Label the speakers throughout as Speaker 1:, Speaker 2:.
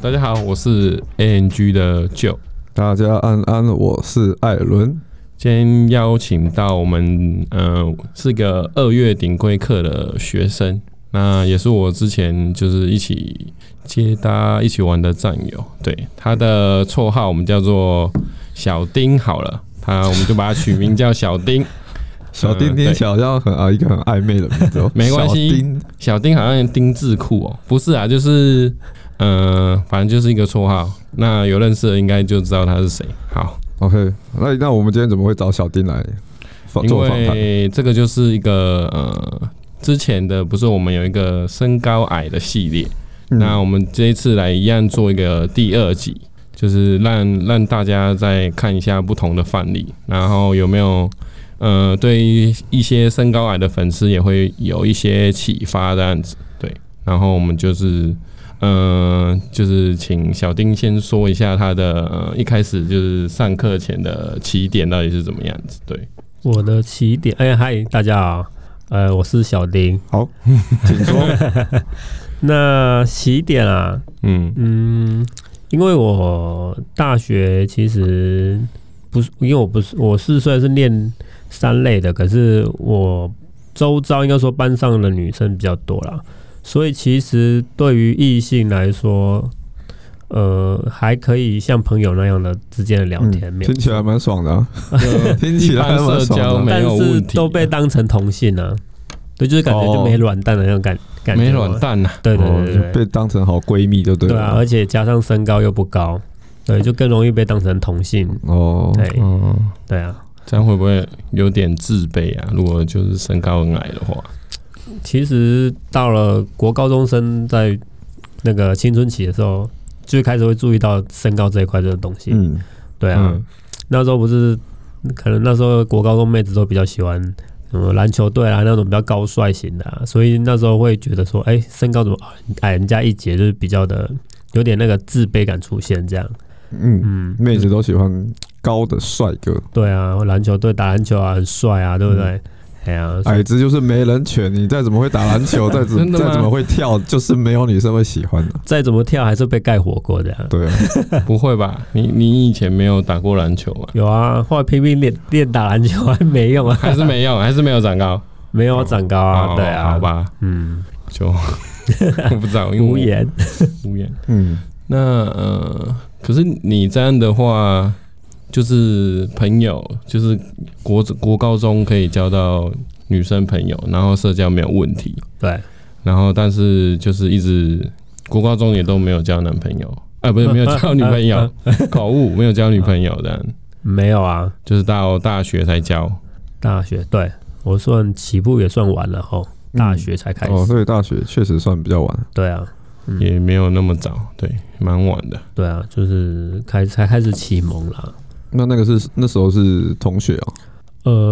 Speaker 1: 大家好，我是 ANG 的 Joe，
Speaker 2: 大家安安，我是艾伦。
Speaker 1: 今天邀请到我们，呃，是个二月顶规课的学生，那也是我之前就是一起接搭一起玩的战友，对，他的绰号我们叫做小丁好了，他我们就把他取名叫小丁，
Speaker 2: 小丁
Speaker 1: 呃对，
Speaker 2: 听起来好像很啊一个很暧昧的名字哦
Speaker 1: 没关系
Speaker 2: 小丁
Speaker 1: 小丁好像丁字裤哦，不是啊，就是，呃，反正就是一个绰号，那有认识的应该就知道他是谁，好。
Speaker 2: OK，那那我们今天怎么会找小丁来访
Speaker 1: 因
Speaker 2: 做访谈？
Speaker 1: 为这个就是一个呃，之前的不是我们有一个身高矮的系列，
Speaker 2: 嗯
Speaker 1: 那我们这一次来一样做一个第二集，就是让让大家再看一下不同的范例，然后有没有呃对于一些身高矮的粉丝也会有一些启发这样子，对，然后我们就是。呃，就是请小丁先说一下他的、呃、一开始就是上课前的起点到底是怎么样子，对。
Speaker 3: 我的起点，哎、嗨，大家好，呃，我是小丁。
Speaker 2: 好，请 说。
Speaker 3: 那起点啊，
Speaker 1: 嗯
Speaker 3: 嗯，因为我大学其实不是，因为我不是，我是虽然是念三类的，可是我周遭应该说班上的女生比较多啦，所以其实对于异性来说，呃，还可以像朋友那样的之间的聊天，
Speaker 2: 嗯
Speaker 3: 没有
Speaker 2: 听起来蛮爽的啊，
Speaker 1: 就
Speaker 2: 听起来还蛮
Speaker 1: 一般社交
Speaker 2: 爽的。啊
Speaker 1: 没
Speaker 3: 但
Speaker 1: 有
Speaker 3: 是
Speaker 1: 问题啊
Speaker 3: 都被当成同性啊，对，就是感觉就没软蛋的那种感、感觉，啊
Speaker 1: 没卵，蛋呐、
Speaker 3: 对对
Speaker 2: 哦
Speaker 3: 对对
Speaker 2: 就
Speaker 3: 对，
Speaker 2: 被当成好闺蜜，对不对？
Speaker 3: 对啊，而且加上身高又不高，对，就更容易被当成同性，
Speaker 2: 哦，
Speaker 3: 对、
Speaker 1: 嗯，
Speaker 3: 对啊，
Speaker 1: 这样会不会有点自卑啊？如果就是身高很矮的 话，
Speaker 3: 其实到了国高中生在那个青春期的时候，最开始会注意到身高这一块这个东西，
Speaker 2: 嗯，
Speaker 3: 对啊，
Speaker 1: 嗯，
Speaker 3: 那时候不是可能那时候国高中妹子都比较喜欢什么篮球队啊那种比较高帅型的、啊，所以那时候会觉得说，哎、身高怎么矮人家一截，就是比较的有点那个自卑感出现这样。
Speaker 2: 嗯，
Speaker 3: 嗯，
Speaker 2: 妹子都喜欢高的帅哥，
Speaker 3: 对啊，篮球队打篮球啊很帅啊，对不
Speaker 1: 嗯
Speaker 3: 对？哎呀、所以
Speaker 2: 矮子就是没人权。你再怎么会打篮球，再怎
Speaker 1: 真的吗
Speaker 2: 再怎么会跳，就是没有女生会喜欢的。
Speaker 3: 再怎么跳还是被盖火锅的、啊。
Speaker 2: 对啊，
Speaker 1: 不会吧？你你以前没有打过篮球 吗？
Speaker 3: 有啊，后来拼命练练打篮球还没用啊，
Speaker 1: 还是没有，还是没有长高
Speaker 3: 没有长高啊，
Speaker 1: 哦
Speaker 3: 对啊，
Speaker 1: 好，吧，
Speaker 3: 嗯，
Speaker 1: 就 我不知道，因为我
Speaker 3: 无言。
Speaker 1: 无言。
Speaker 2: 嗯，
Speaker 1: 那呃，可是你这样的话，就是朋友，就是国国高中可以交到女生朋友，然后社交没有问题，
Speaker 3: 对，
Speaker 1: 然后但是就是一直国高中也都没有交男朋友，啊， 不是没有交女朋友，口误没有交女朋友这样，
Speaker 3: 没有啊，
Speaker 1: 就是到大学才交。
Speaker 3: 大学对我算起步也算晚了吼，大学才开始。
Speaker 2: 哦，所以大学确实算比较晚。
Speaker 3: 对啊，嗯
Speaker 1: 也没有那么早，对，蛮晚的。
Speaker 3: 对啊，就是开才开始启蒙啦。
Speaker 2: 那那个是那时候是同学哦，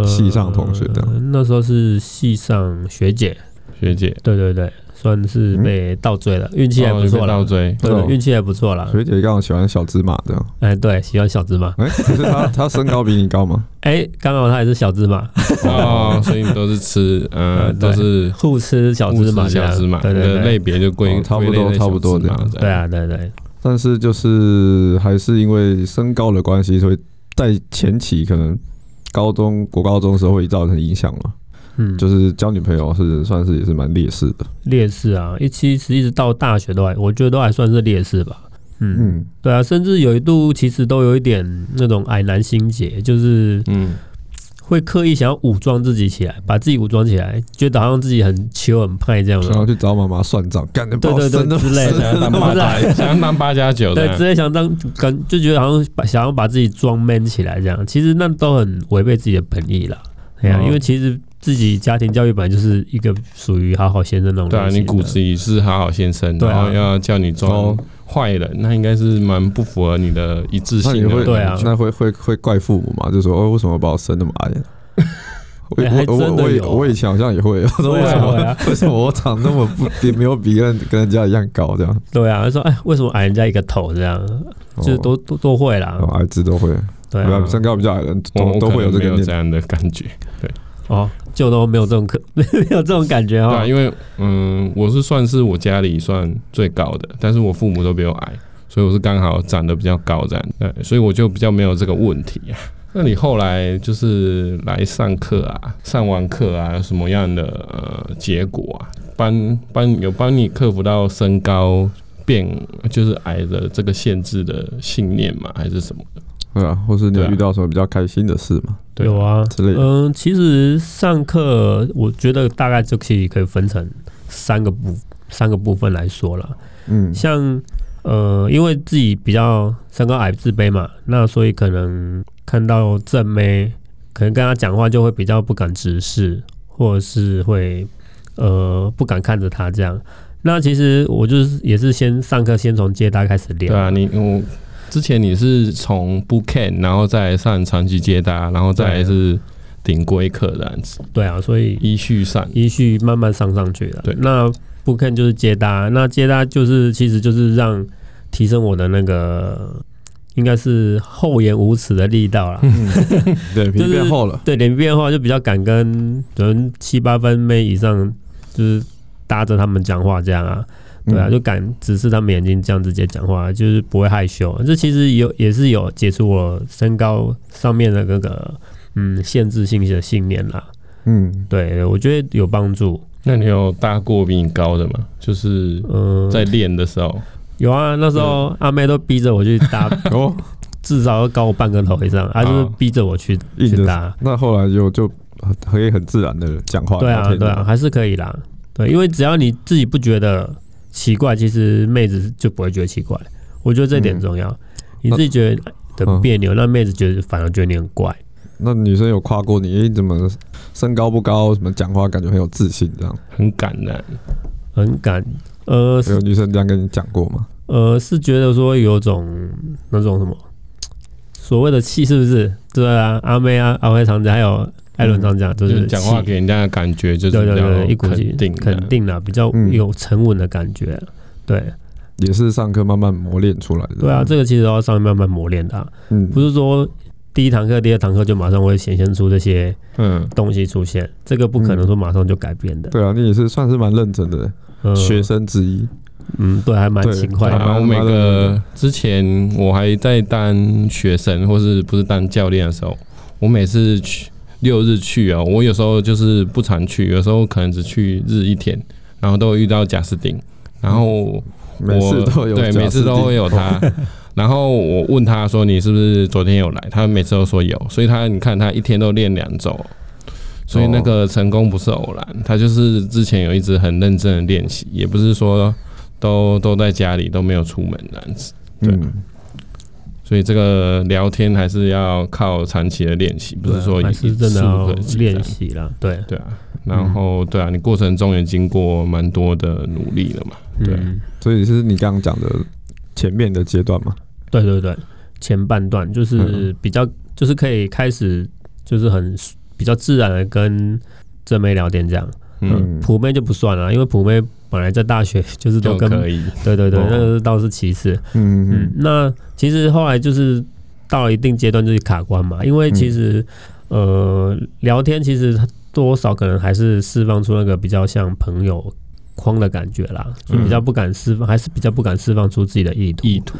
Speaker 3: 呃，
Speaker 2: 系上同学这样
Speaker 3: 那时候是系上学姐，
Speaker 1: 学姐，
Speaker 3: 对对对，算是被倒追了，运气还不错
Speaker 1: 哦
Speaker 3: 啦。
Speaker 1: 倒 追，
Speaker 3: 对
Speaker 2: 是哦
Speaker 3: 对，运气还不错啦。
Speaker 2: 学姐刚好喜欢小芝麻这样。
Speaker 3: 哎，对，喜欢小芝麻。
Speaker 2: 哎、可是她她身高比你高吗？
Speaker 3: 哎，刚好他也是小芝麻，
Speaker 1: 哦，所以你都是吃，呃，
Speaker 3: 嗯
Speaker 1: 都
Speaker 3: 对
Speaker 1: 是
Speaker 3: 互吃小芝麻
Speaker 1: 物质
Speaker 3: 这样，
Speaker 1: 小芝麻
Speaker 3: 对啊对
Speaker 1: 的类
Speaker 3: 对，
Speaker 1: 别就归
Speaker 2: 哦差不多
Speaker 1: 归类在
Speaker 2: 差不
Speaker 1: 小
Speaker 2: 多
Speaker 1: 芝麻
Speaker 2: 这样
Speaker 3: 对，啊，对对
Speaker 2: 但是就是还是因为身高的关系，所以在前期可能高中国高中的时候会造成影响嘛，
Speaker 3: 嗯，
Speaker 2: 就是交女朋友是算是也是蛮劣势的。
Speaker 3: 劣势啊，一其实一直到大学都还，我觉得都还算是劣势吧。嗯，
Speaker 2: 嗯，
Speaker 3: 对啊，甚至有一度其实都有一点那种矮男心结，就是
Speaker 1: 嗯，
Speaker 3: 会刻意想要武装自己起来，把自己武装起来，觉得好像自己很球很派这样
Speaker 2: 想要
Speaker 3: 的，
Speaker 2: 去找妈妈算账，干的
Speaker 3: 对对对之类
Speaker 1: 想要
Speaker 3: 的，
Speaker 1: 当
Speaker 3: 不
Speaker 1: 八
Speaker 3: 是啊
Speaker 1: 加，想要当八加九
Speaker 3: 对，
Speaker 1: 的，
Speaker 3: 直接想当跟就觉得好像把想要把自己装 man 起来这样，其实那都很违背自己的本意啦。哎呀、
Speaker 1: 哦
Speaker 3: 因为其实自己家庭教育本来就是一个属于好好先生那种
Speaker 1: 对啊，
Speaker 3: 类
Speaker 1: 你
Speaker 3: 型
Speaker 1: 骨
Speaker 3: 的
Speaker 1: 子里是好好先生，
Speaker 3: 对
Speaker 1: 然
Speaker 3: 啊
Speaker 1: 后要叫你装
Speaker 2: 哦
Speaker 1: 坏人，那应该是蛮不符合你的一致
Speaker 2: 那
Speaker 1: 性
Speaker 2: 你
Speaker 1: 的。
Speaker 2: 会
Speaker 3: 对啊
Speaker 2: 那会会会怪父母嘛？就说哦，为什么把我生那么 矮？我
Speaker 3: 哎还
Speaker 2: 我我
Speaker 3: 真的
Speaker 2: 我以
Speaker 3: 有
Speaker 2: 我以前好像也会，我说
Speaker 3: 对
Speaker 2: 为什
Speaker 3: 啊
Speaker 2: 么、
Speaker 3: 对啊
Speaker 2: 为什么我长那么不也没有比人跟人家一样高这样？
Speaker 3: 对啊，他说哎，为什么矮人家一个头这样？
Speaker 1: 哦
Speaker 3: 就是都都都会啦
Speaker 2: 哦，儿子都会，对
Speaker 3: 对啊
Speaker 2: 啊，，身高比较矮的人
Speaker 1: 我
Speaker 2: 都
Speaker 1: 我
Speaker 2: 都
Speaker 1: 可
Speaker 2: 会有
Speaker 1: 能
Speaker 2: 这
Speaker 1: 没
Speaker 2: 个
Speaker 1: 有
Speaker 2: 念
Speaker 1: 这样的感觉，
Speaker 3: 哦，就都没有这种可 没有这种感觉
Speaker 1: 对啊
Speaker 3: 哦
Speaker 1: 啊，。因为嗯，我是算是我家里算最高的，但是我父母都比我矮，所以我是刚好长得比较高这样，对，所以我就比较没有这个问题啊。 那你后来就是来上课啊，上完课啊，有什么样的呃结果啊？帮帮有帮你克服到身高变就是矮的这个限制的信念吗？还是什么的？
Speaker 2: 对啊，或是你
Speaker 1: 对
Speaker 2: 有
Speaker 1: 啊
Speaker 2: 遇到什么比较开心的事嘛
Speaker 1: 对
Speaker 3: 有啊，
Speaker 2: 之类的？
Speaker 3: 嗯，其实上课我觉得大概就可以可以分成三个部三个部分来说了。
Speaker 2: 嗯，
Speaker 3: 像呃，因为自己比较身高矮自卑嘛，那所以可能看到正妹，可能跟她讲话就会比较不敢直视，或者是会呃不敢看着她这样。那其实我就是也是先上课，先从接搭开始
Speaker 1: 对
Speaker 3: 练。
Speaker 1: 啊，你我之前你是从 bootcamp，然后再来上长期接搭，然后再
Speaker 3: 啊
Speaker 1: 来是顶规课这样子，
Speaker 3: 对啊，所以
Speaker 1: 依序上。
Speaker 3: 依序慢慢上上去的。
Speaker 1: 对
Speaker 3: 那 b o 就是接搭，那接搭就是其实就是让提升我的那个应该是厚颜无耻的力道啦。
Speaker 2: 脸皮
Speaker 3: 就是
Speaker 2: 变厚了，
Speaker 3: 对，脸皮变化就比较敢跟可能七八分妹以上就是搭着他们讲话这样啊。对啊，
Speaker 2: 嗯
Speaker 3: 就敢直视他们眼睛，这样直接讲话，就是不会害羞。这其实有也是有解除我身高上面的那个嗯限制性的信念啦。
Speaker 2: 嗯，
Speaker 3: 对，我觉得有帮助。
Speaker 1: 那你有搭过比你高的吗？就是
Speaker 3: 嗯，
Speaker 1: 在练的时候，
Speaker 3: 有啊，那时候
Speaker 1: 嗯
Speaker 3: 阿妹都逼着我去 搭，
Speaker 2: 哦，
Speaker 3: 至少要高我半个头以上，她就是
Speaker 1: 哦
Speaker 3: 逼着我去
Speaker 2: 硬
Speaker 3: 去
Speaker 2: 的
Speaker 3: 搭。
Speaker 2: 那后来就就很可以很自然的讲
Speaker 1: 哦
Speaker 2: 话，
Speaker 3: 啊对啊
Speaker 2: 聊，天
Speaker 3: 对啊，，还是可以啦。对，因为只要你自己不觉得奇怪，其实妹子就不会觉得奇怪。我觉得这点重要。
Speaker 1: 嗯
Speaker 3: 你自己觉得很别扭，那妹子觉得反而觉得你很怪。
Speaker 2: 那女生有夸过你，诶、怎么身高不高，什么讲话感觉很有自信这样？
Speaker 1: 很敢的。啊
Speaker 3: 很敢。呃是
Speaker 1: 嗯
Speaker 2: 有女生这样跟你讲过吗？
Speaker 3: 呃，是觉得说有种那种什么所谓的气，是不是？对啊，阿妹啊，阿辉常讲，还有艾伦常讲，就
Speaker 1: 嗯就是
Speaker 3: 是
Speaker 1: 讲话
Speaker 3: 气
Speaker 1: 给人家的感觉就是
Speaker 3: 对对
Speaker 1: 比较
Speaker 3: 对，一股气
Speaker 1: 肯定的啊
Speaker 3: 肯定啦，比较
Speaker 2: 嗯
Speaker 3: 有沉稳的感觉。对
Speaker 2: 也是上课慢慢磨练出来的。
Speaker 3: 对啊，这个其实要上面慢慢磨练的啊、
Speaker 2: 嗯，
Speaker 3: 不是说第一堂课、第二堂课就马上会显现出这些
Speaker 1: 嗯，
Speaker 3: 东西出现，这个不可能说马上就改变的。
Speaker 2: 对啊，你也是算是蛮认真的、
Speaker 3: 嗯
Speaker 2: 学生之一。
Speaker 3: 嗯，对，还蛮
Speaker 2: 对
Speaker 3: 勤
Speaker 1: 对
Speaker 3: 快
Speaker 2: 还蛮
Speaker 1: 啊，
Speaker 3: 的。
Speaker 1: 我每
Speaker 2: 蛮
Speaker 1: 个之前我还在当学生或是不是当教练的时候，我每次去六日去啊，我有时候就是不常去，有时候可能只去日一天，然后都会遇到贾斯汀，然后我
Speaker 2: 每次都有
Speaker 1: 对，
Speaker 2: 假
Speaker 1: 每次
Speaker 2: 肢
Speaker 1: 都
Speaker 2: 体
Speaker 1: 会有他。 然后我问他说：“你是不是昨天有来？”他每次都说有，所以他你看他一天都练两周，所以那个成功不是偶然，他就是之前有一直很认真的练习，也不是说都都在家里都没有出门这样子。对
Speaker 2: 嗯，
Speaker 1: 所以这个聊天还是要靠长期的练习，不
Speaker 3: 对啊
Speaker 1: 是说
Speaker 3: 还
Speaker 1: 一
Speaker 3: 是
Speaker 1: 次
Speaker 3: 真的要
Speaker 1: 可及这样
Speaker 3: 练习啦，对，
Speaker 1: 对啊，然后对啊，你过程中也经过蛮多的努力了嘛。对
Speaker 3: 嗯
Speaker 2: 所以是你刚刚讲的前面的阶段嘛？
Speaker 3: 对对对，前半段就是比较，就是可以开始，就是很比较自然的跟正妹聊天这样，
Speaker 1: 嗯，
Speaker 3: 普妹就不算了，因为普妹本来在大学 就是都
Speaker 1: 就
Speaker 3: 跟，
Speaker 1: 可以。
Speaker 3: 对对对，
Speaker 2: 哦
Speaker 3: 那个倒是其次，
Speaker 2: 嗯
Speaker 3: 嗯
Speaker 2: 嗯，
Speaker 3: 那其实后来就是到了一定阶段就是卡关嘛，因为其实、呃聊天其实多少可能还是释放出那个比较像朋友框的感觉啦，所以比较不敢释放，还是比较不敢释放出自己的嗯意图。嗯
Speaker 1: 意图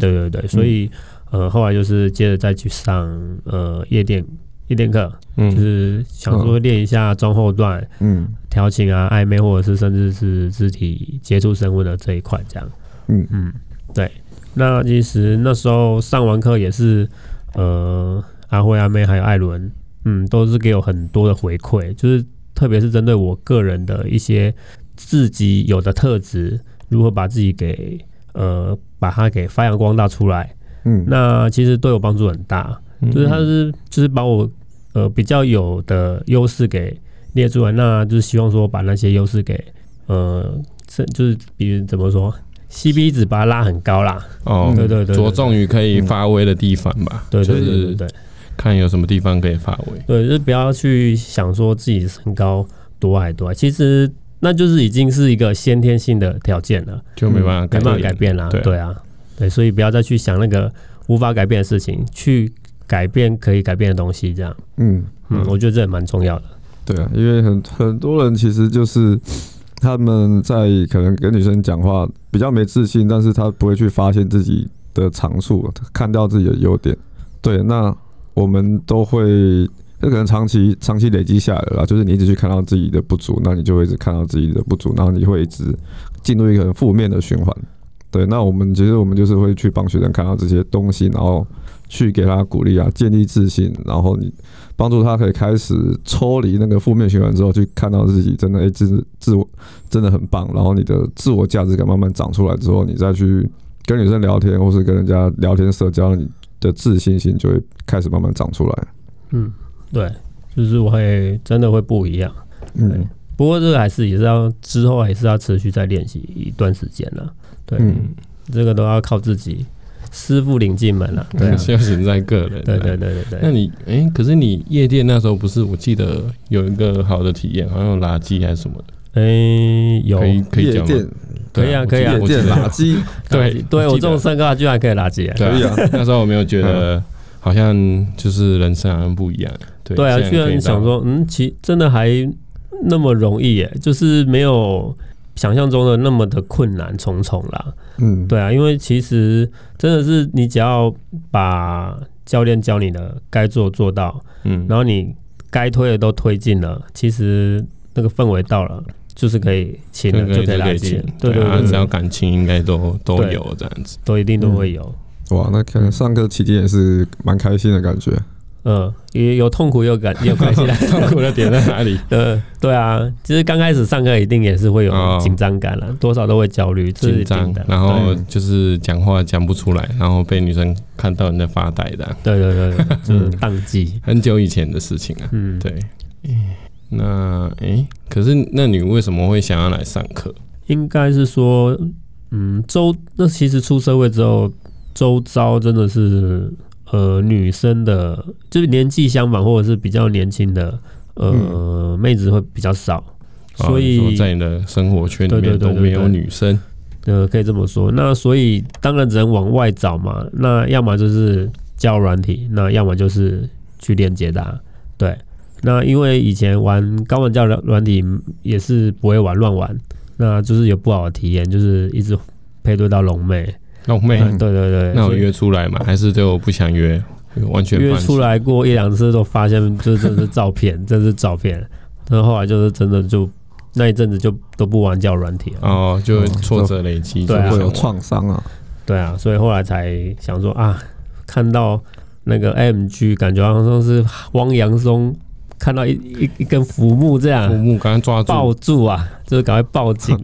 Speaker 3: 对对对，所以、呃后来就是接着再去上呃夜店夜店课，
Speaker 1: 嗯
Speaker 3: 就是想说练一下中后段
Speaker 2: 嗯
Speaker 3: 调情啊、暧昧，或者是甚至是肢体接触升温的这一块，这样。
Speaker 2: 嗯
Speaker 3: 嗯，对。那其实那时候上完课也是，呃，阿辉、阿妹还有艾伦，嗯，都是给我很多的回馈，就是特别是针对我个人的一些自己有的特质，如何把自己给呃把它给发扬光大出来。
Speaker 2: 嗯，
Speaker 3: 那其实对我帮助很大。就是他是就是把我呃比较有的优势给列出来，那就是希望说把那些优势给呃，这就是比如怎么说，CP 值把它拉很高啦，
Speaker 1: 哦，
Speaker 3: 嗯对对对对
Speaker 1: 着重于可以发威的地方吧，
Speaker 3: 对
Speaker 1: 就
Speaker 3: 对对对
Speaker 1: 是
Speaker 3: 对
Speaker 1: 看有什么地方可以发威。
Speaker 3: 对，就是不要去想说自己身高多矮多矮，其实那就是已经是一个先天性的条件了，
Speaker 1: 就没办法改
Speaker 3: 嗯
Speaker 1: 变，
Speaker 3: 没办法改变啦，
Speaker 1: 对啊
Speaker 3: 对啊，对，所以不要再去想那个无法改变的事情，去改变可以改变的东西，这样，
Speaker 2: 嗯，
Speaker 3: 嗯，
Speaker 1: 嗯
Speaker 3: 我觉得这也蛮重要的。
Speaker 2: 对啊，因为很很多人其实就是他们在可能跟女生讲话比较没自信，但是他不会去发现自己的长处，看到自己的优点。对，那我们都会，这可能长期长期累积下来了啦，就是你一直去看到自己的不足，那你就会一直看到自己的不足，然后你会一直进入一个很负面的循环。对，那我们其实我们就是会去帮学生看到这些东西，然后去给他鼓励啊，建立自信，然后你帮助他可以开始抽离那个负面循环之后，去看到自己真的诶、哎自自我真的很棒，然后你的自我价值感慢慢长出来之后，你再去跟女生聊天，或是跟人家聊天社交，你的自信心就会开始慢慢长出来。
Speaker 3: 嗯，对，就是我会真的会不一样。对，不过这个还是也是要之后还是要持续再练习一段时间了。对，
Speaker 2: 嗯
Speaker 3: 这个都要靠自己，师傅领进门了。 对、啊，
Speaker 1: 修行在个人。啊
Speaker 3: 对对。对对
Speaker 1: 嗯那
Speaker 3: 对。
Speaker 1: 你哎、可是你夜店那时候不是？我记得有一个好的体验，好像有垃圾还是什么的，
Speaker 3: 哎，有
Speaker 1: 可以可以
Speaker 2: 夜
Speaker 1: 讲
Speaker 2: 店
Speaker 1: 吗？
Speaker 3: 可以啊可以啊
Speaker 2: 夜
Speaker 1: 我记得
Speaker 2: 店垃，圾，
Speaker 1: 对
Speaker 3: 对我
Speaker 1: 记
Speaker 3: 这
Speaker 1: 得
Speaker 3: 种身高居然可以垃圾。
Speaker 1: 对
Speaker 2: 可以啊。
Speaker 1: 那时候我没有觉得，好像就是人生好像不一样。对
Speaker 3: 对啊，
Speaker 1: 现在
Speaker 3: 居
Speaker 1: 可以到
Speaker 3: 然想说，嗯，其真的还那么容易耶，就是没有想象中的那么的困难重重啦。
Speaker 2: 嗯，
Speaker 3: 对啊，因为其实真的是你只要把教练教你的该做做到，
Speaker 1: 嗯，
Speaker 3: 然后你该推的都推进了，其实那个氛围到了，就是可以请了就可以来请，对
Speaker 1: 对
Speaker 3: 对
Speaker 1: 啊，
Speaker 3: 对
Speaker 1: 只要
Speaker 3: 对，
Speaker 1: 感情应该都都
Speaker 3: 对
Speaker 1: 有这样 子。
Speaker 3: 都一定都会有。
Speaker 2: 嗯哇，那可能上课期间也是蛮开心的感觉。
Speaker 3: 嗯，也有痛苦，也有感，也有开 心啦。
Speaker 1: 痛苦的点在哪里？
Speaker 3: 呃，对啊，其实刚开始上课一定也是会
Speaker 1: 哦
Speaker 3: 有紧张感啦，多少都会焦虑，这是
Speaker 1: 紧
Speaker 3: 一定
Speaker 1: 张
Speaker 3: 的，。
Speaker 1: 然后就是讲话讲不出来，然后被女生看到你在发呆的，
Speaker 3: 对对对 对，就是宕机。
Speaker 1: 很久以前的事情啊。
Speaker 3: 嗯，
Speaker 1: 对，那诶、可是那你为什么会想要来上课？
Speaker 3: 应该是说，嗯，周那其实出社会之后，周遭真的是呃女生的，就是年纪相仿或者是比较年轻的呃、妹子会比较少，
Speaker 1: 啊
Speaker 3: 所
Speaker 1: 嗯你说
Speaker 3: 以、
Speaker 1: 在你的生活圈里
Speaker 3: 对
Speaker 1: 面
Speaker 3: 对对
Speaker 1: 都
Speaker 3: 对
Speaker 1: 没有
Speaker 3: 对
Speaker 1: 女生，
Speaker 3: 呃可以这么说。那所以当然只能往外找嘛，那要么就是教软体，那要么就是去连接它，对。那因为以前玩高玩教软软体也是不会玩乱玩，那就是有不好的体验，就是一直配对到龙妹，
Speaker 1: 那妹，
Speaker 3: 嗯对对对，
Speaker 1: 那我
Speaker 3: 所以
Speaker 1: 约出来嘛？还是对我不想约？完全
Speaker 3: 约
Speaker 1: 放弃
Speaker 3: 出来过一两次，都发现这这是照片，这是照片。然后后来就是真的就那一阵子就都不玩交友软体了，
Speaker 1: 哦，就
Speaker 2: 哦
Speaker 1: 挫折累积，
Speaker 3: 对
Speaker 1: 就
Speaker 2: 会
Speaker 3: 啊
Speaker 1: 不想
Speaker 2: 有
Speaker 1: 玩
Speaker 2: 创伤啊，
Speaker 3: 对啊，所以后来才想说啊，看到那个 MG，感觉好像是汪洋中看到一一一根浮木这
Speaker 1: 父
Speaker 3: 样。
Speaker 1: 母刚刚抓
Speaker 3: 抱
Speaker 1: 住，
Speaker 3: 住啊，就是赶快报警，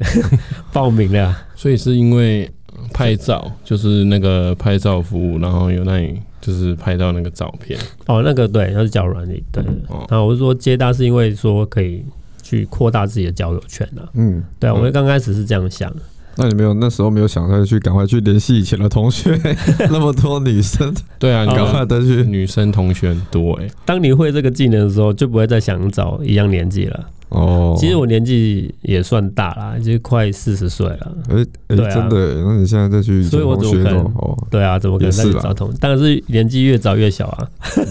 Speaker 3: 报名了啊。
Speaker 1: 所以是因为拍照，就是那个拍照服务，然后有那里就是拍到那个照片，
Speaker 3: 哦，那个对，那是交友软体，对。
Speaker 1: 哦，
Speaker 3: 然后我是说接搭是因为说可以去扩大自己的交友圈啊。
Speaker 2: 嗯，
Speaker 3: 对啊，
Speaker 1: 嗯
Speaker 3: 我刚开始是这样想，
Speaker 2: 那你没有那时候没有想再去赶快去联系以前的同学， 那么多女生，
Speaker 1: 对啊，你
Speaker 3: 哦
Speaker 2: 赶快
Speaker 1: 看
Speaker 2: 再去
Speaker 1: 女生同学很多 哎，
Speaker 3: 当你会这个技能的时候，就不会再想找一样年纪了。
Speaker 2: 哦。
Speaker 3: 其实我年纪也算大啦，就是快四十岁了。
Speaker 2: 哎哎，
Speaker 3: 对啊
Speaker 2: 真的耶，那你现在再去以前
Speaker 3: 所以我
Speaker 2: 同
Speaker 3: 怎么
Speaker 2: 学
Speaker 3: 可能
Speaker 2: 哦，
Speaker 3: 对啊，怎么可能再
Speaker 2: 也
Speaker 3: 去
Speaker 2: 是啦
Speaker 3: 找同？当然是年纪越早越小啊，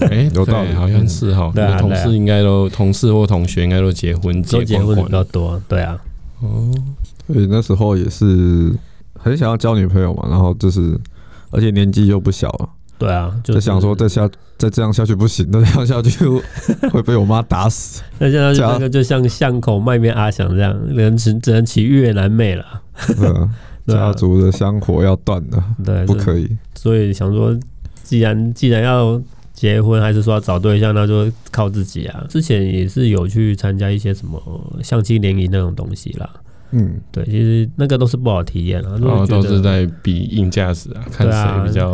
Speaker 1: 哎，
Speaker 2: 有道
Speaker 1: 对
Speaker 2: 理
Speaker 1: 好像是哈。你
Speaker 3: 对啊
Speaker 1: 的同
Speaker 3: 对啊
Speaker 1: 事应该都，同事或同学应该都结婚，
Speaker 3: 都结
Speaker 1: 光
Speaker 3: 婚比
Speaker 1: 光了。
Speaker 3: 较多。对啊，
Speaker 1: 哦，
Speaker 2: 所以那时候也是很想要交女朋友嘛，然后就是，而且年纪又不小了，
Speaker 3: 对啊，就
Speaker 2: 就是想说再下再这样下去不行，再这样下 去会被我妈打死。
Speaker 3: 那现在就
Speaker 2: 讲
Speaker 3: 那个就像巷口卖面阿翔这样，人只只能骑越南妹了。
Speaker 2: 对啊，
Speaker 3: 对啊
Speaker 2: 家族的香火要断了，
Speaker 3: 对，
Speaker 2: 不
Speaker 3: 就
Speaker 2: 可以。
Speaker 3: 所以想说，既然既然要结婚，还是说要找对象，那就靠自己啊。之前也是有去参加一些什么相亲联谊那种东西啦。
Speaker 2: 嗯，
Speaker 3: 对，其实那个都是不好体验啊，
Speaker 1: 然
Speaker 2: 哦
Speaker 1: 后
Speaker 3: 就
Speaker 1: 哦都是
Speaker 3: 觉得
Speaker 1: 在比硬价值啊，看
Speaker 3: 对啊
Speaker 1: 谁比较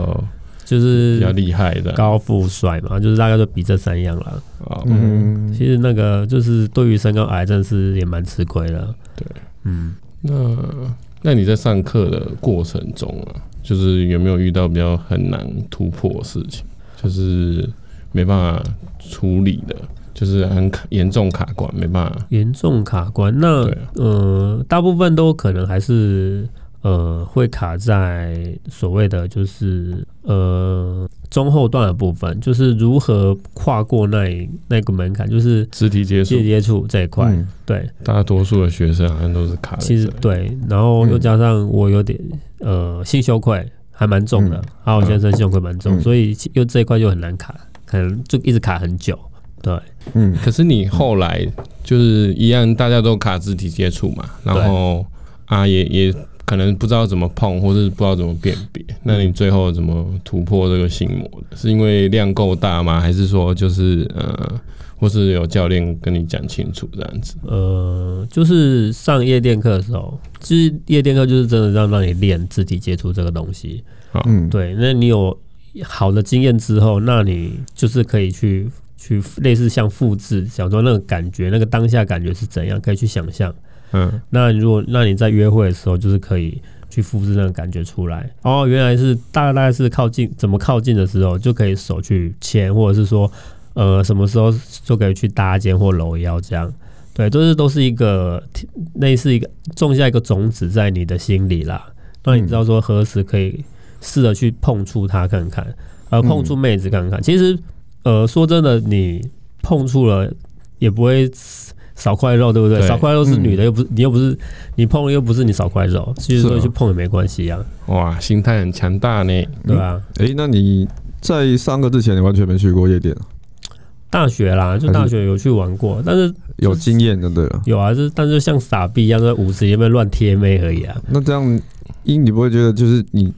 Speaker 3: 就
Speaker 1: 比较
Speaker 3: 是
Speaker 1: 厉害的。啊
Speaker 3: 高富帅嘛，就是大概就比这三样啦。
Speaker 1: 哦，
Speaker 2: 嗯，
Speaker 3: 其实那个就是对于身高矮，真的是也蛮吃亏的。
Speaker 1: 对，
Speaker 3: 嗯，
Speaker 1: 那那你在上课的过程中啊，就是有没有遇到比较很难突破的事情，就是没办法处理的，就是很卡严重卡关，没办法。
Speaker 3: 严重卡关。那
Speaker 1: 对啊，
Speaker 3: 呃，大部分都可能还是呃会卡在所谓的就是呃中后段的部分，就是如何跨过那一那个门槛，就是
Speaker 1: 肢体接触
Speaker 3: 接，接触这一块。
Speaker 2: 嗯
Speaker 3: 对，
Speaker 1: 大多数的学生好像都是卡在
Speaker 3: 其实
Speaker 1: 这
Speaker 3: 对，然后
Speaker 2: 嗯
Speaker 3: 又加上我有点、呃性羞愧还蛮重的
Speaker 2: 嗯，
Speaker 3: 还有先生性羞愧蛮重，
Speaker 2: 嗯
Speaker 3: 所以其又这一块就很难卡，可能就一直卡很久。对，
Speaker 2: 嗯，
Speaker 1: 可是你后来就是一样，大家都卡肢体接触嘛，然后啊也也可能不知道怎么碰，或是不知道怎么辨别。那你最后怎么突破这个心魔的？是因为量够大吗？还是说就是呃，或是有教练跟你讲清楚这样子？
Speaker 3: 呃，就是上夜店课的时候，就是夜店课就是真的让让你练肢体接触这个东西。
Speaker 2: 嗯，
Speaker 3: 对，那你有好的经验之后，那你就是可以去去类似像复制，想说那个感觉，那个当下感觉是怎样，可以去想象。
Speaker 1: 嗯，
Speaker 3: 那如果那你在约会的时候，就是可以去复制那个感觉出来。哦，原来是大概是靠近怎么靠近的时候，就可以手去牵，或者是说，呃，什么时候就可以去搭肩或搂腰这样。对，都是都是一个类似一个种下一个种子在你的心里啦，让你知道说何时可以试着去碰触它看看，呃，碰触妹子
Speaker 2: 嗯
Speaker 3: 看看。其实，呃，说真的，你碰触了也不会少块肉，对不对？
Speaker 1: 对
Speaker 3: 少块肉是
Speaker 2: 嗯
Speaker 3: 女的，又不是你又不是你碰了又不是你少块肉，其实
Speaker 2: 是啊
Speaker 3: 说去碰也没关系啊，
Speaker 1: 哇，心态很强大 呢。
Speaker 2: 嗯
Speaker 3: 对吧？
Speaker 2: 诶、哎那你在上课之前，你完全没去过夜店啊，
Speaker 3: 大学啦，就大学有去玩过，但是
Speaker 2: 有经验的对了。
Speaker 3: 有啊，就是但是就像傻逼一样在舞池里面乱贴妹而已啊。
Speaker 2: 那这样，因你不会觉得就是你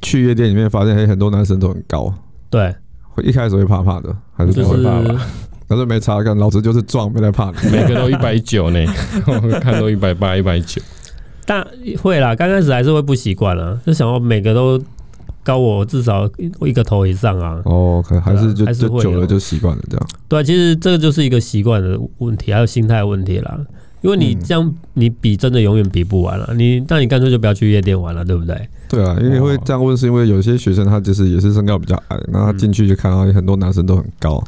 Speaker 2: 去夜店里面发现，嘿，很多男生都很高，
Speaker 3: 对，
Speaker 2: 会一开始会怕怕的，还是
Speaker 3: 就
Speaker 2: 不会
Speaker 3: 是
Speaker 2: 怕吧？但是没差，看老子就是壮，没来怕 你。
Speaker 1: 每个都一百九呢，我看都一百八、一百九。
Speaker 3: 但会啦，刚开始还是会不习惯啊，就想要每个都高我至少一个头以上啊。
Speaker 2: 哦，可能还是就
Speaker 3: 对啊还是
Speaker 2: 就
Speaker 3: 会
Speaker 2: 久
Speaker 3: 有
Speaker 2: 了就习惯了这样。
Speaker 3: 对啊，其实这个就是一个习惯的问题，还有心态问题啦。因为你
Speaker 2: 嗯
Speaker 3: 这样，你比真的永远比不完了、你那你干脆就不要去夜店玩了，对不对？
Speaker 2: 对啊，因为会这样问，是因为有些学生他就是也是身高比较矮，然后他进去就看到很多男生都很高，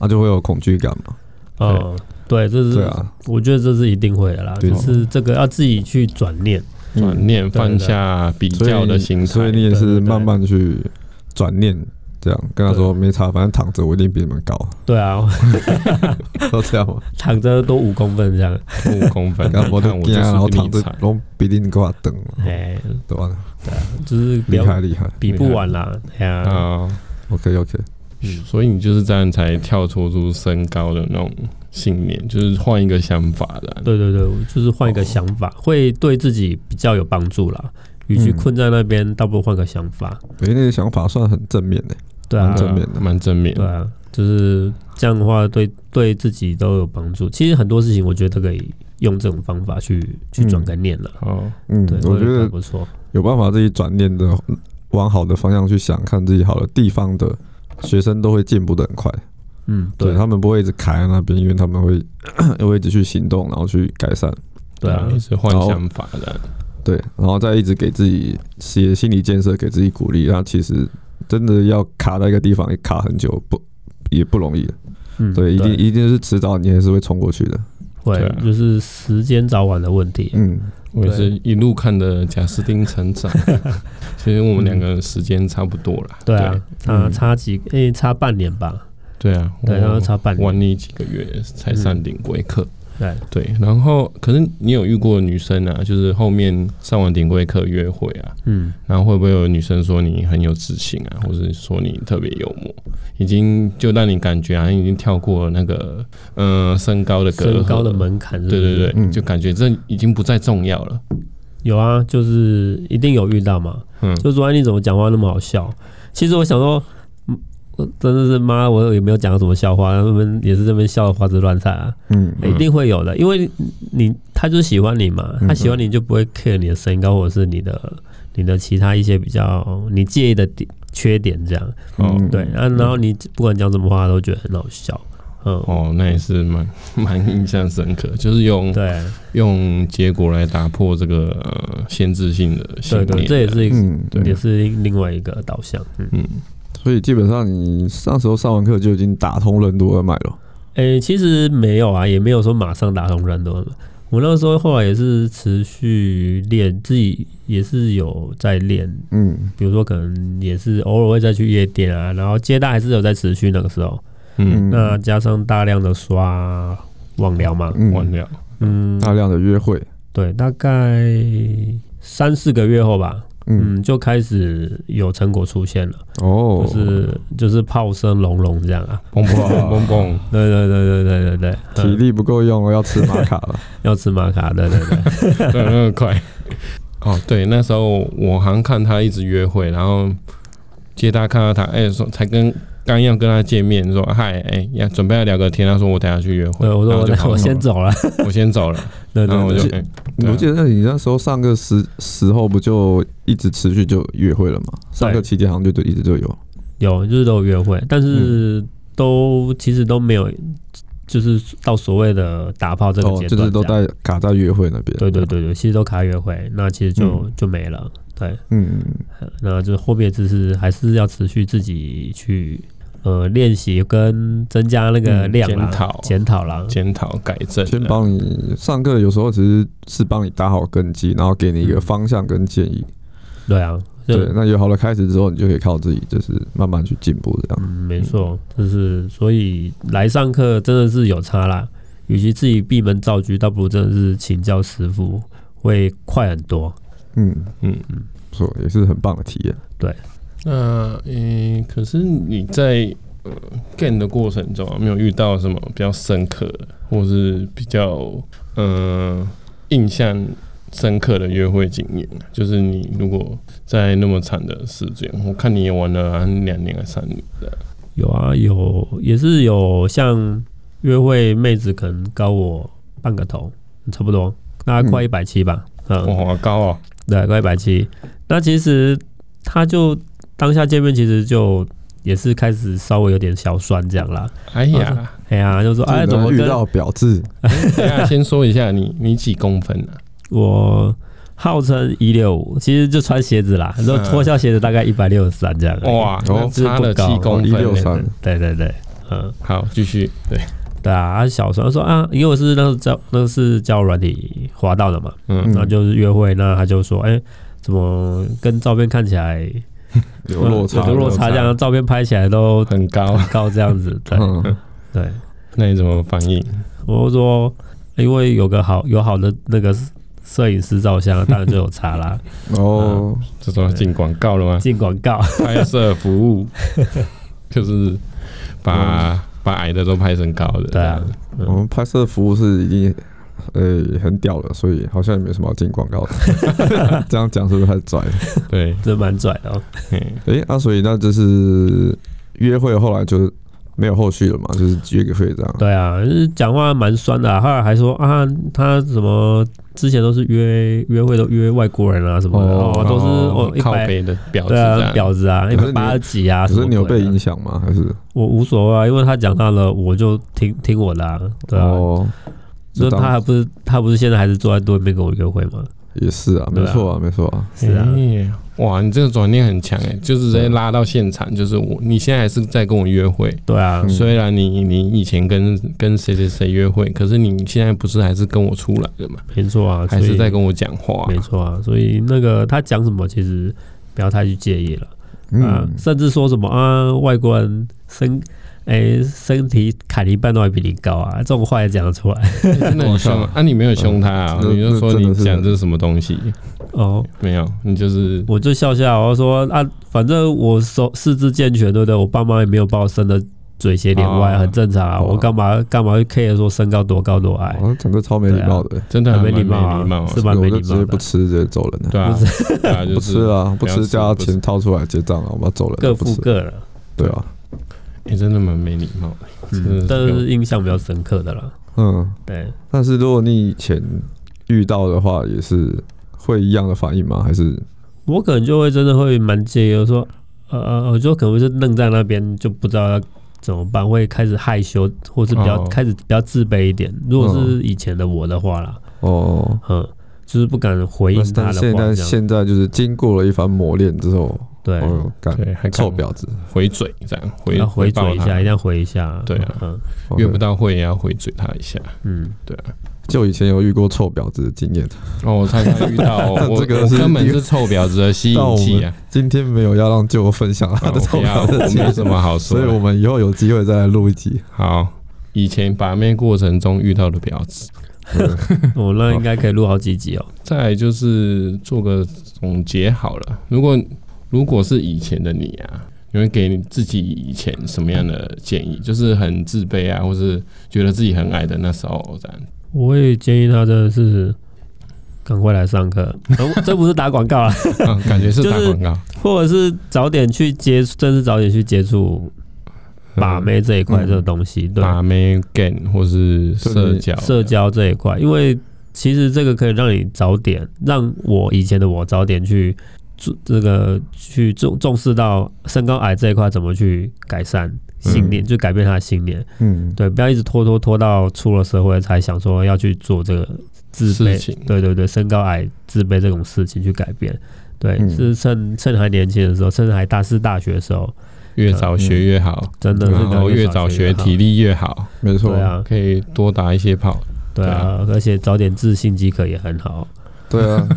Speaker 2: 他就会有恐惧感嘛。
Speaker 3: 哦，对，这是
Speaker 2: 对啊，
Speaker 3: 我觉得这是一定会的啦，
Speaker 2: 对
Speaker 3: 只是这个要自己去转念。
Speaker 2: 嗯
Speaker 1: 转念放下比
Speaker 2: 所
Speaker 1: 较
Speaker 2: 以
Speaker 1: 的心
Speaker 2: 你所以
Speaker 1: 态，
Speaker 2: 你也
Speaker 3: 对对
Speaker 2: 是
Speaker 3: 对
Speaker 2: 慢慢去转念，这样跟他说没差，反正躺着我一定比你 们高，
Speaker 3: 对啊，
Speaker 2: 都这样嘛。
Speaker 3: 躺着多五公分这
Speaker 2: 哦
Speaker 3: 样，
Speaker 1: 五公分，
Speaker 2: 然后我
Speaker 1: 看
Speaker 2: 就
Speaker 1: 我
Speaker 2: 惊啊，然后
Speaker 1: 就是比你
Speaker 2: 躺着
Speaker 1: 惨，
Speaker 2: 然后比你给我等，
Speaker 3: 哎，
Speaker 2: 对吧？
Speaker 3: 就是不
Speaker 2: 厉害
Speaker 3: 要
Speaker 2: 厉害
Speaker 3: 比不完啦，哎呀、
Speaker 2: 嗯
Speaker 1: 啊。
Speaker 2: ，OK OK，
Speaker 1: 嗯所以你就是这样才跳脱出身高的那种信念，就是换一个想法的。
Speaker 3: 对对对，就是换一个想法，会对自己比较有帮助啦。与其
Speaker 2: 哦嗯
Speaker 3: 困在那边，倒不如换个想法。
Speaker 2: 哎，那个想法算很正面的，
Speaker 3: 对啊
Speaker 2: 蛮，正面的
Speaker 1: 蛮正面
Speaker 3: 对。啊，就是这样的话对，对自己都有帮助。其实很多事情，我觉得可以用这种方法去去转个念了。
Speaker 1: 哦，
Speaker 2: 嗯
Speaker 3: 对，，
Speaker 2: 我觉
Speaker 3: 还
Speaker 2: 得
Speaker 3: 不错。
Speaker 2: 有办法自己转念的往好的方向去想，看自己好的地方的学生都会进步的很快。
Speaker 3: 嗯，
Speaker 2: 对
Speaker 3: 对
Speaker 2: 他们不会一直卡在那边，因为他们会 也会一直去行动，然后去改善，
Speaker 3: 对啊
Speaker 1: 也，是换想法的。
Speaker 2: 对，然后再一直给自己写心理建设，给自己鼓励。那其实真的要卡在一个地方，也卡很久不也不容易的。
Speaker 3: 嗯，
Speaker 2: 对，一定一定是迟早你还是会冲过去的。
Speaker 3: 会
Speaker 1: 对啊，
Speaker 3: 就是时间早晚的问题。
Speaker 2: 嗯，
Speaker 1: 我也是一路看的贾斯汀成长。 其实我们两个时间差不多了。
Speaker 3: 对啊，差
Speaker 2: 嗯哦
Speaker 3: 差几诶，差半年吧。
Speaker 1: 对，对啊，
Speaker 3: 对，然后
Speaker 1: 我
Speaker 3: 差嗯半年。
Speaker 1: 晚你几个月才上顶规课。
Speaker 3: 对
Speaker 1: 对，然后可是你有遇过女生啊，就是后面上完顶规课约会啊，
Speaker 3: 嗯，
Speaker 1: 然后会不会有女生说你很有自信啊，或者说你特别幽默，已经就让你感觉好像已经跳过了那个呃身高的隔阂
Speaker 3: 身高的，门槛是不
Speaker 1: 对
Speaker 3: 是。
Speaker 1: 对对，
Speaker 2: 嗯
Speaker 1: 就感觉这已经不再重要了。
Speaker 3: 有啊，就是一定有遇到嘛。
Speaker 1: 嗯
Speaker 3: 就说哎，你怎么讲话那么好笑？其实我想说，嗯，我真的是妈，我也没有讲什么笑话，他们也是这边笑的花枝乱颤啊，
Speaker 2: 嗯
Speaker 1: 嗯
Speaker 3: 一定会有的，因为你他就是喜欢你嘛，
Speaker 2: 嗯
Speaker 3: 他喜欢你就不会 care 你的身高或者是你的你的其他一些比较你介意的点缺点这样，
Speaker 1: 哦
Speaker 2: 嗯
Speaker 3: 对，啊，然后你不管讲什么话都觉得很好笑，嗯，
Speaker 1: 哦，那也是蛮 蛮印象深刻，就是用
Speaker 3: 对
Speaker 1: 用结果来打破这个呃限制性的信
Speaker 3: 对
Speaker 1: 念。啊
Speaker 3: 对，这也是一
Speaker 2: 嗯，对。
Speaker 3: 也是另外一个导向，嗯。
Speaker 1: 嗯，
Speaker 2: 所以基本上你上时候上完课就已经打通任督二脉了。
Speaker 3: 诶、其实没有啊，也没有说马上打通任督二脉。我那时候后来也是持续练，自己也是有在练，
Speaker 2: 嗯，
Speaker 3: 比如说可能也是偶尔会再去夜店啊，然后接待还是有在持续那个时候。
Speaker 1: 嗯，
Speaker 2: 嗯
Speaker 3: 那加上大量的刷网聊嘛，
Speaker 1: 完
Speaker 2: 嗯，
Speaker 1: 了，
Speaker 3: 嗯，
Speaker 2: 大量的约会，
Speaker 3: 对，大概三四个月后吧，
Speaker 2: 嗯，
Speaker 3: 嗯，就开始有成果出现了，
Speaker 2: 哦
Speaker 3: 就，是就是炮声隆隆这样啊，
Speaker 1: 嘣嘣嘣嘣，
Speaker 3: 对对对对对对对，
Speaker 2: 体
Speaker 3: 嗯、
Speaker 2: 力不够用哦，要吃玛卡 了，
Speaker 3: 要吃玛卡，对对 对，
Speaker 1: 对，那个快。哦，对，那时候我好像看他一直约会，然后接他看到他，哎、说才跟刚要跟他见面，说嗨，哎、要准备要聊个天，他说我等下去约会，
Speaker 3: 对我
Speaker 1: 然
Speaker 3: 说
Speaker 1: 后就
Speaker 3: 我
Speaker 1: 跑
Speaker 3: 我先
Speaker 1: 了
Speaker 3: 走了，
Speaker 1: 我先走了，
Speaker 3: 哦对
Speaker 1: 然后我
Speaker 3: 对
Speaker 1: 就
Speaker 3: 对，
Speaker 1: 哎对啊
Speaker 2: 我记得那你那时候上个时时候不就一直持续就约会了吗？上个期间好像就就一直就有，
Speaker 3: 有就是都有约会，但
Speaker 1: 嗯
Speaker 3: 是都、其实都没有，就是到所谓的打炮这个
Speaker 2: 哦，
Speaker 3: 阶段这
Speaker 2: 就
Speaker 3: 样、
Speaker 2: 是都在卡在约会那边。
Speaker 3: 对对，对对，其实都卡约会，那其实就、
Speaker 2: 嗯
Speaker 3: 就没了。对，啊
Speaker 2: 嗯，
Speaker 3: 那就后面就是还是要持续自己去呃练习跟增加那个
Speaker 1: 嗯
Speaker 3: 量啦
Speaker 1: 检，讨
Speaker 3: 检讨啦。
Speaker 1: 检讨改正，
Speaker 2: 先帮你上课，有时候其实是帮你打好根基，然后给你一个方向跟建议。
Speaker 3: 嗯对啊，就
Speaker 2: 对，那有好的开始之后，你就可以靠自己，就是慢慢去进步这样。
Speaker 3: 嗯，没错，就是所以来上课真的是有差啦。与其自己闭门造车，倒不如真的是请教师傅会快很多。
Speaker 2: 嗯，
Speaker 1: 嗯，
Speaker 2: 不错，也是很棒的体验。
Speaker 1: 那嗯、可是你在呃 game 的过程中、啊，没有遇到什么比较深刻的，或是比较嗯、呃印象深刻的约会经验啊？就是你如果在那么惨的时间，我看你也玩了好像两年还三年的，
Speaker 3: 有啊，有也是有像约会妹子可能高我半个头，差不多，大概快一百七吧，嗯，
Speaker 2: 哦
Speaker 1: 哇，好高啊！
Speaker 3: 对，快一百七。那其实他就当下见面，其实就也是开始稍微有点小酸这样啦。
Speaker 1: 哎呀，
Speaker 3: 哎呀，就说哎，怎么
Speaker 2: 遇
Speaker 3: 跟
Speaker 2: 到表字？
Speaker 1: 等一下先说一下你你几公分啊？
Speaker 3: 我号称一六五，其实就穿鞋子啦，然后脱下鞋子大概一百六十三这样。，
Speaker 1: 哇，那
Speaker 2: 哦
Speaker 1: 差了
Speaker 3: 这不
Speaker 1: 七
Speaker 3: 高
Speaker 1: 公
Speaker 2: 一六
Speaker 1: 分欸。
Speaker 2: 三，
Speaker 3: 对对对，嗯。
Speaker 1: 好，继续对，
Speaker 3: 对啊，他小时候说啊，因为我是那时候教那是教软体滑到的嘛，
Speaker 1: 嗯
Speaker 2: 嗯
Speaker 3: 那就是约会，那他就说，哎、怎么跟照片看起来嗯
Speaker 2: 有落差，
Speaker 3: 有个落差，这样照片拍起来都
Speaker 1: 很高，
Speaker 3: 高这样子，对
Speaker 2: 嗯，
Speaker 3: 对。
Speaker 1: 那你怎么反应？
Speaker 3: 我就说，因为有个好有好的那个摄影师照相，当然就有差啦。
Speaker 2: 哦，
Speaker 3: 嗯
Speaker 1: 这时候要进广告了吗？
Speaker 3: 进广告，
Speaker 1: 拍摄服 务，就是把、把矮的都拍成高的。
Speaker 3: 嗯对啊，
Speaker 2: 我们拍摄服务是已经呃很屌了，所以好像也没什么好进广告的。 这样讲是不是太拽了？
Speaker 1: 对，
Speaker 3: 真蛮拽的、哦。
Speaker 1: 嘿
Speaker 2: 诶、那、所以那就是约会后来就没有后续了嘛，就是约个会这样。
Speaker 3: 对啊，就是讲话蛮酸的、啊，后来还说啊，他什么之前都是约约会都约外国人啊什么的，
Speaker 2: 哦
Speaker 3: 哦，都是哦一
Speaker 1: 靠
Speaker 3: 百。
Speaker 1: 背的婊子
Speaker 3: 对
Speaker 1: 这
Speaker 3: 啊，
Speaker 1: 样，
Speaker 3: 婊子啊，一
Speaker 2: 可
Speaker 3: 百
Speaker 2: 是你
Speaker 3: 八十几啊！
Speaker 2: 可
Speaker 3: 什么
Speaker 2: 是你有
Speaker 3: 鬼
Speaker 2: 被
Speaker 3: 的
Speaker 2: 影响吗？还是
Speaker 3: 我无所谓啊，因为他讲到了，我就听听我的啊，对啊。
Speaker 2: 哦，
Speaker 3: 所
Speaker 2: 就
Speaker 3: 以
Speaker 2: 当
Speaker 3: 他还不是他不是现在还是坐在对面跟我约会吗？
Speaker 2: 也是啊，
Speaker 3: 对
Speaker 2: 没
Speaker 3: 啊
Speaker 2: 错啊，没错啊。
Speaker 3: 是啊，
Speaker 1: 哎哇，你这个转念很强哎，就是直接拉到现场，就是我，你现在还是在跟我约会。
Speaker 3: 对啊，
Speaker 2: 嗯
Speaker 1: 虽然你你以前跟跟谁谁谁约会，可是你现在不是还是跟我出来的嘛，
Speaker 3: 没错啊，
Speaker 1: 还
Speaker 3: 所
Speaker 1: 是
Speaker 3: 以
Speaker 1: 在跟我讲话、
Speaker 3: 没错啊，所以那个他讲什么，其实不要太去介意了、啊
Speaker 2: 嗯，，
Speaker 3: 甚至说什么啊，外国人身哎、身体砍一半都还比你高啊，这种话也讲得出来
Speaker 1: 哎真的很凶啊！啊你没有凶他啊，
Speaker 2: 嗯
Speaker 1: 你就说
Speaker 2: 那那真
Speaker 1: 你
Speaker 2: 的是
Speaker 1: 讲这是什么东西？
Speaker 3: 哦。
Speaker 1: 没有，你就是
Speaker 3: 我就笑笑，我说啊，反正我手四肢健全，对不对？我爸妈也没有把我生的嘴斜脸歪，
Speaker 1: 哦
Speaker 3: 很正常啊。
Speaker 2: 哦
Speaker 3: 我干嘛干嘛 care 说身高多高多矮？
Speaker 2: 好像讲的超没礼貌的、
Speaker 1: 真的
Speaker 3: 很
Speaker 1: 还
Speaker 3: 没
Speaker 1: 蛮
Speaker 3: 礼貌啊
Speaker 1: 没礼貌啊
Speaker 3: 是蛮
Speaker 2: 我
Speaker 3: 没
Speaker 2: 就
Speaker 3: 礼
Speaker 2: 直
Speaker 3: 貌
Speaker 2: 接
Speaker 3: 的
Speaker 2: 不。吃，直接走人了。
Speaker 1: 对啊，对 啊，就
Speaker 2: 不
Speaker 1: 是
Speaker 2: 吃啊，不
Speaker 1: 不要
Speaker 2: 吃
Speaker 1: 吃
Speaker 2: 叫他
Speaker 1: 不吃
Speaker 2: 钱掏出来结账啊，我们要走人了。
Speaker 3: 各
Speaker 2: 不
Speaker 3: 付
Speaker 2: 吃，
Speaker 3: 各了，
Speaker 2: 对啊，
Speaker 1: 你、真的蛮没礼貌的，
Speaker 3: 嗯，但是印象比较深刻的了。
Speaker 2: 嗯。
Speaker 3: 对，
Speaker 2: 但是如果你以前遇到的话，也是会一样的反应吗？还是
Speaker 3: 我可能就会真的会蛮介意，我说呃呃，我就可能会是愣在那边，就不知道要怎么办，会开始害羞，或是比较、
Speaker 1: 哦
Speaker 3: 开始比较自卑一点。如果是以前的我的话啦，
Speaker 2: 哦？
Speaker 3: 嗯，就是不敢回应
Speaker 2: 但是
Speaker 3: 他
Speaker 2: 但
Speaker 3: 的
Speaker 2: 现
Speaker 3: 话，
Speaker 2: 在
Speaker 3: 这样
Speaker 2: 现在就是经过了一番磨练之后，
Speaker 3: 对。
Speaker 2: 哦，干
Speaker 1: 对，还敢
Speaker 2: 臭婊子，
Speaker 1: 回嘴这样，回
Speaker 3: 要回
Speaker 1: 报
Speaker 3: 嘴一
Speaker 1: 他
Speaker 3: 下，一定要回一下。
Speaker 1: 对啊
Speaker 3: 嗯
Speaker 2: 哦
Speaker 1: 约不，到会也要回嘴他一下。
Speaker 3: 嗯，
Speaker 1: 对啊，
Speaker 2: 就以前有遇过臭婊子的经验，
Speaker 1: 哦，我常常遇 到，哦
Speaker 2: 这
Speaker 1: 我
Speaker 2: 个
Speaker 1: 我
Speaker 2: 是
Speaker 1: 根本
Speaker 2: 第一
Speaker 1: 是臭婊子的吸引
Speaker 2: 到我
Speaker 1: 器
Speaker 2: 们
Speaker 1: 啊！
Speaker 2: 今天没有要让舅分享 他
Speaker 1: 哦
Speaker 2: 的臭
Speaker 1: 不要，
Speaker 2: 婊子的
Speaker 1: 我
Speaker 2: 经
Speaker 1: 没
Speaker 2: 验，
Speaker 1: 什么好说
Speaker 2: 所以
Speaker 1: 的。
Speaker 2: 我们以后有机会再来录一集。
Speaker 1: 好，以前把妹过程中遇到的婊子，
Speaker 3: 哦，那应该可以录好几集哦。
Speaker 1: 再来就是做个总结好了。如果如果是以前的你啊，你会给你自己以前什么样的建议？就是很自卑啊，或是觉得自己很矮的那时候这样。
Speaker 3: 我会建议他真的是赶快来上课，呃这不是打广告啊，
Speaker 1: 嗯，感觉是打广告，
Speaker 3: 或者是早点去接触，真是早点去接触把妹这一块
Speaker 2: 嗯
Speaker 3: 这个东西，对，
Speaker 1: 把妹 game 或是社交
Speaker 3: 社交这一块，因为其实这个可以让你早点，让我以前的我早点去注这个去重重视到身高矮这一块怎么去改善信念，
Speaker 2: 嗯
Speaker 3: 就改变他的信念，
Speaker 2: 嗯，
Speaker 3: 对，不要一直拖拖拖到出了社会才想说要去做这个自
Speaker 1: 事
Speaker 3: 卑，
Speaker 1: 情。
Speaker 3: 对对对，身高矮、自卑这种事情去改变。对，
Speaker 2: 嗯
Speaker 3: 是趁趁还年轻的时候，趁还大四大学的时候，
Speaker 1: 越早学越好，
Speaker 3: 真的是
Speaker 1: 然后嗯越早学体力越好，
Speaker 2: 没错，
Speaker 3: 对啊，
Speaker 1: 可以多打一些炮。
Speaker 3: 对啊，而且早点自信饥渴也很好。
Speaker 2: 对啊，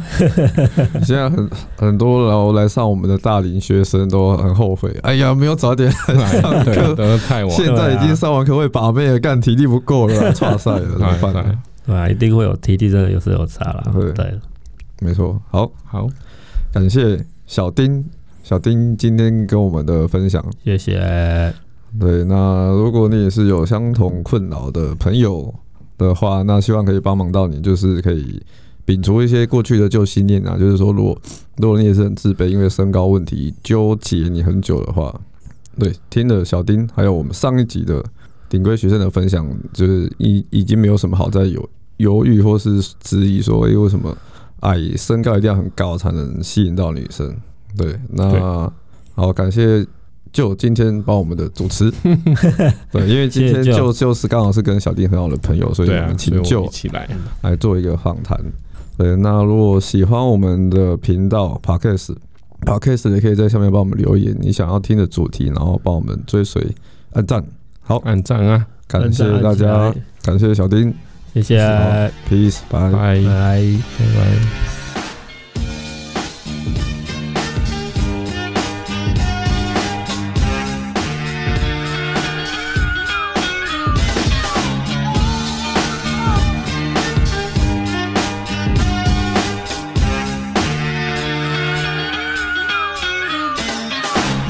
Speaker 2: 现在很很多然后来上我们的大龄学生都很后悔，哎呀，没有早点，
Speaker 1: 对，都太晚了。
Speaker 2: 现在已经上完课会把妹了，干体力不够了，啊差赛了，怎么
Speaker 1: 对
Speaker 2: 办
Speaker 1: 对
Speaker 2: 呢？
Speaker 3: 对啊，一定会有体力，真的有时候有差啦。
Speaker 2: 对
Speaker 3: 对，
Speaker 2: 没错，好，
Speaker 1: 好，
Speaker 2: 感谢小丁，小丁今天跟我们的分享。
Speaker 3: 谢谢，
Speaker 2: 对，那如果你也是有相同困扰的朋友的话，那希望可以帮忙到你，就是可以摒除一些过去的旧信念啊。就是说，如果如果你也是很自卑，因为身高问题纠结你很久的话，对，听了小丁还有我们上一集的顶规学生的分享，就是已已经没有什么好再有犹豫或是质疑说，诶、哎为什么矮身高一定要很高才能吸引到女生？对，那
Speaker 1: 对
Speaker 2: 好，感谢就今天帮我们的主 持，对，因为今天
Speaker 3: 谢谢
Speaker 2: 就
Speaker 3: Joe
Speaker 2: 就是刚好是跟小丁很好的朋友，所以
Speaker 1: 对
Speaker 2: 我
Speaker 1: 啊
Speaker 2: 们，
Speaker 1: 所以
Speaker 2: 请
Speaker 1: 我们
Speaker 2: 就
Speaker 1: 一起来，
Speaker 2: 来做一个访谈。对，那如果喜欢我们的频道 Podcast。Podcast 也可以在下面帮我们留言，你想要听的主题，然后帮我们追随、按赞。好，
Speaker 1: 按赞啊，
Speaker 2: 感谢大家，感谢小丁
Speaker 3: 谢谢，哦
Speaker 2: ，peace，拜。
Speaker 1: 拜
Speaker 3: 拜拜。
Speaker 1: 拜拜。